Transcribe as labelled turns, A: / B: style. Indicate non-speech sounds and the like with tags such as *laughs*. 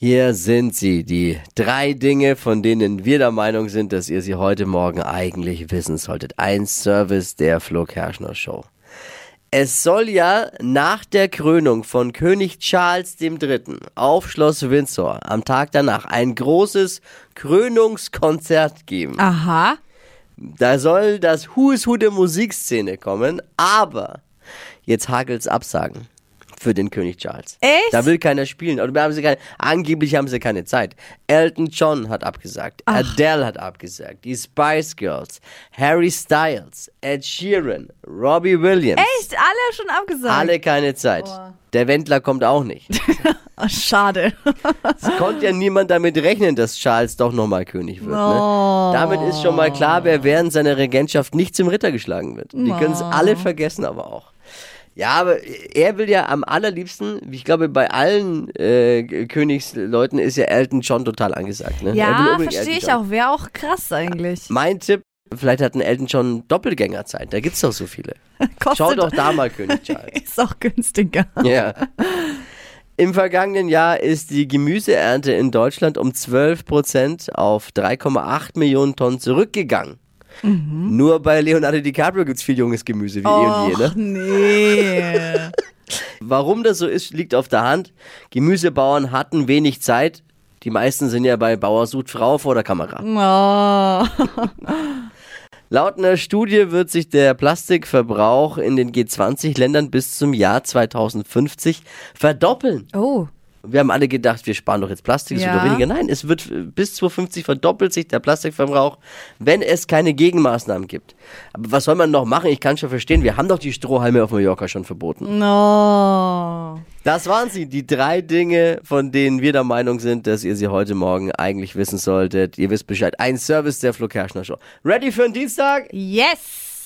A: Hier sind sie, die drei Dinge, von denen wir der Meinung sind, dass ihr sie heute Morgen eigentlich wissen solltet. Ein Service der Flo Kerschner Show. Es soll ja nach der Krönung von König Charles III. auf Schloss Windsor am Tag danach ein großes Krönungskonzert geben.
B: Aha.
A: Da soll das Who's Who der Musikszene kommen, aber jetzt hagelt's Absagen für den König Charles.
B: Echt?
A: Da will keiner spielen. Oder haben sie keine, angeblich haben sie keine Zeit. Elton John hat abgesagt, Adele hat abgesagt, die Spice Girls, Harry Styles, Ed Sheeran, Robbie Williams.
B: Echt? Alle schon abgesagt?
A: Alle keine Zeit. Der Wendler kommt auch nicht.
B: Oh, schade.
A: Es konnte ja niemand damit rechnen, dass Charles doch nochmal König wird.
B: Oh.
A: Ne? Damit ist schon mal klar, wer während seiner Regentschaft nicht zum Ritter geschlagen wird. Die
B: Oh.
A: können es alle vergessen, aber auch. Ja, aber er will ja am allerliebsten, ich glaube, bei allen äh, Königsleuten ist ja Elton John total angesagt. Ne? Er will
B: ja,
A: unbedingt Elton
B: verstehe ich
A: John.
B: auch. Wäre auch krass *laughs* eigentlich.
A: Mein Tipp, vielleicht hat ein Elton John Doppelgängerzeit. Da gibt's doch so viele. Schau doch da mal König Charles.
B: Ist auch günstiger.
A: Ja. Im vergangenen Jahr ist die Gemüseernte in Deutschland um 12 Prozent auf 3,8 Millionen Tonnen zurückgegangen. Nur bei Leonardo DiCaprio gibt es viel junges Gemüse, wie eh und je.
B: Och,
A: Ne?
B: nee.
A: Warum das so ist, liegt auf der Hand. Gemüsebauern hatten wenig Zeit. Die meisten sind ja bei Bauer sucht Frau vor der Kamera.
B: *laughs* Oh.
A: Laut einer Studie wird sich der Plastikverbrauch in den G20-Ländern bis zum Jahr 2050 verdoppeln.
B: oh.
A: Wir haben alle gedacht, wir sparen doch jetzt Plastik, es wird
B: Ja.
A: doch weniger. Nein, es wird äh, bis 2050 verdoppelt sich der Plastikverbrauch, wenn es keine Gegenmaßnahmen gibt. Aber was soll man noch machen? Ich kann schon verstehen, wir haben doch die Strohhalme auf Mallorca schon verboten.
B: No.
A: Das waren sie, die drei Dinge, von denen wir der Meinung sind, dass ihr sie heute Morgen eigentlich wissen solltet. Ihr wisst Bescheid. Ein Service der Flo Kerschner Show. Ready für den Dienstag?
B: Yes.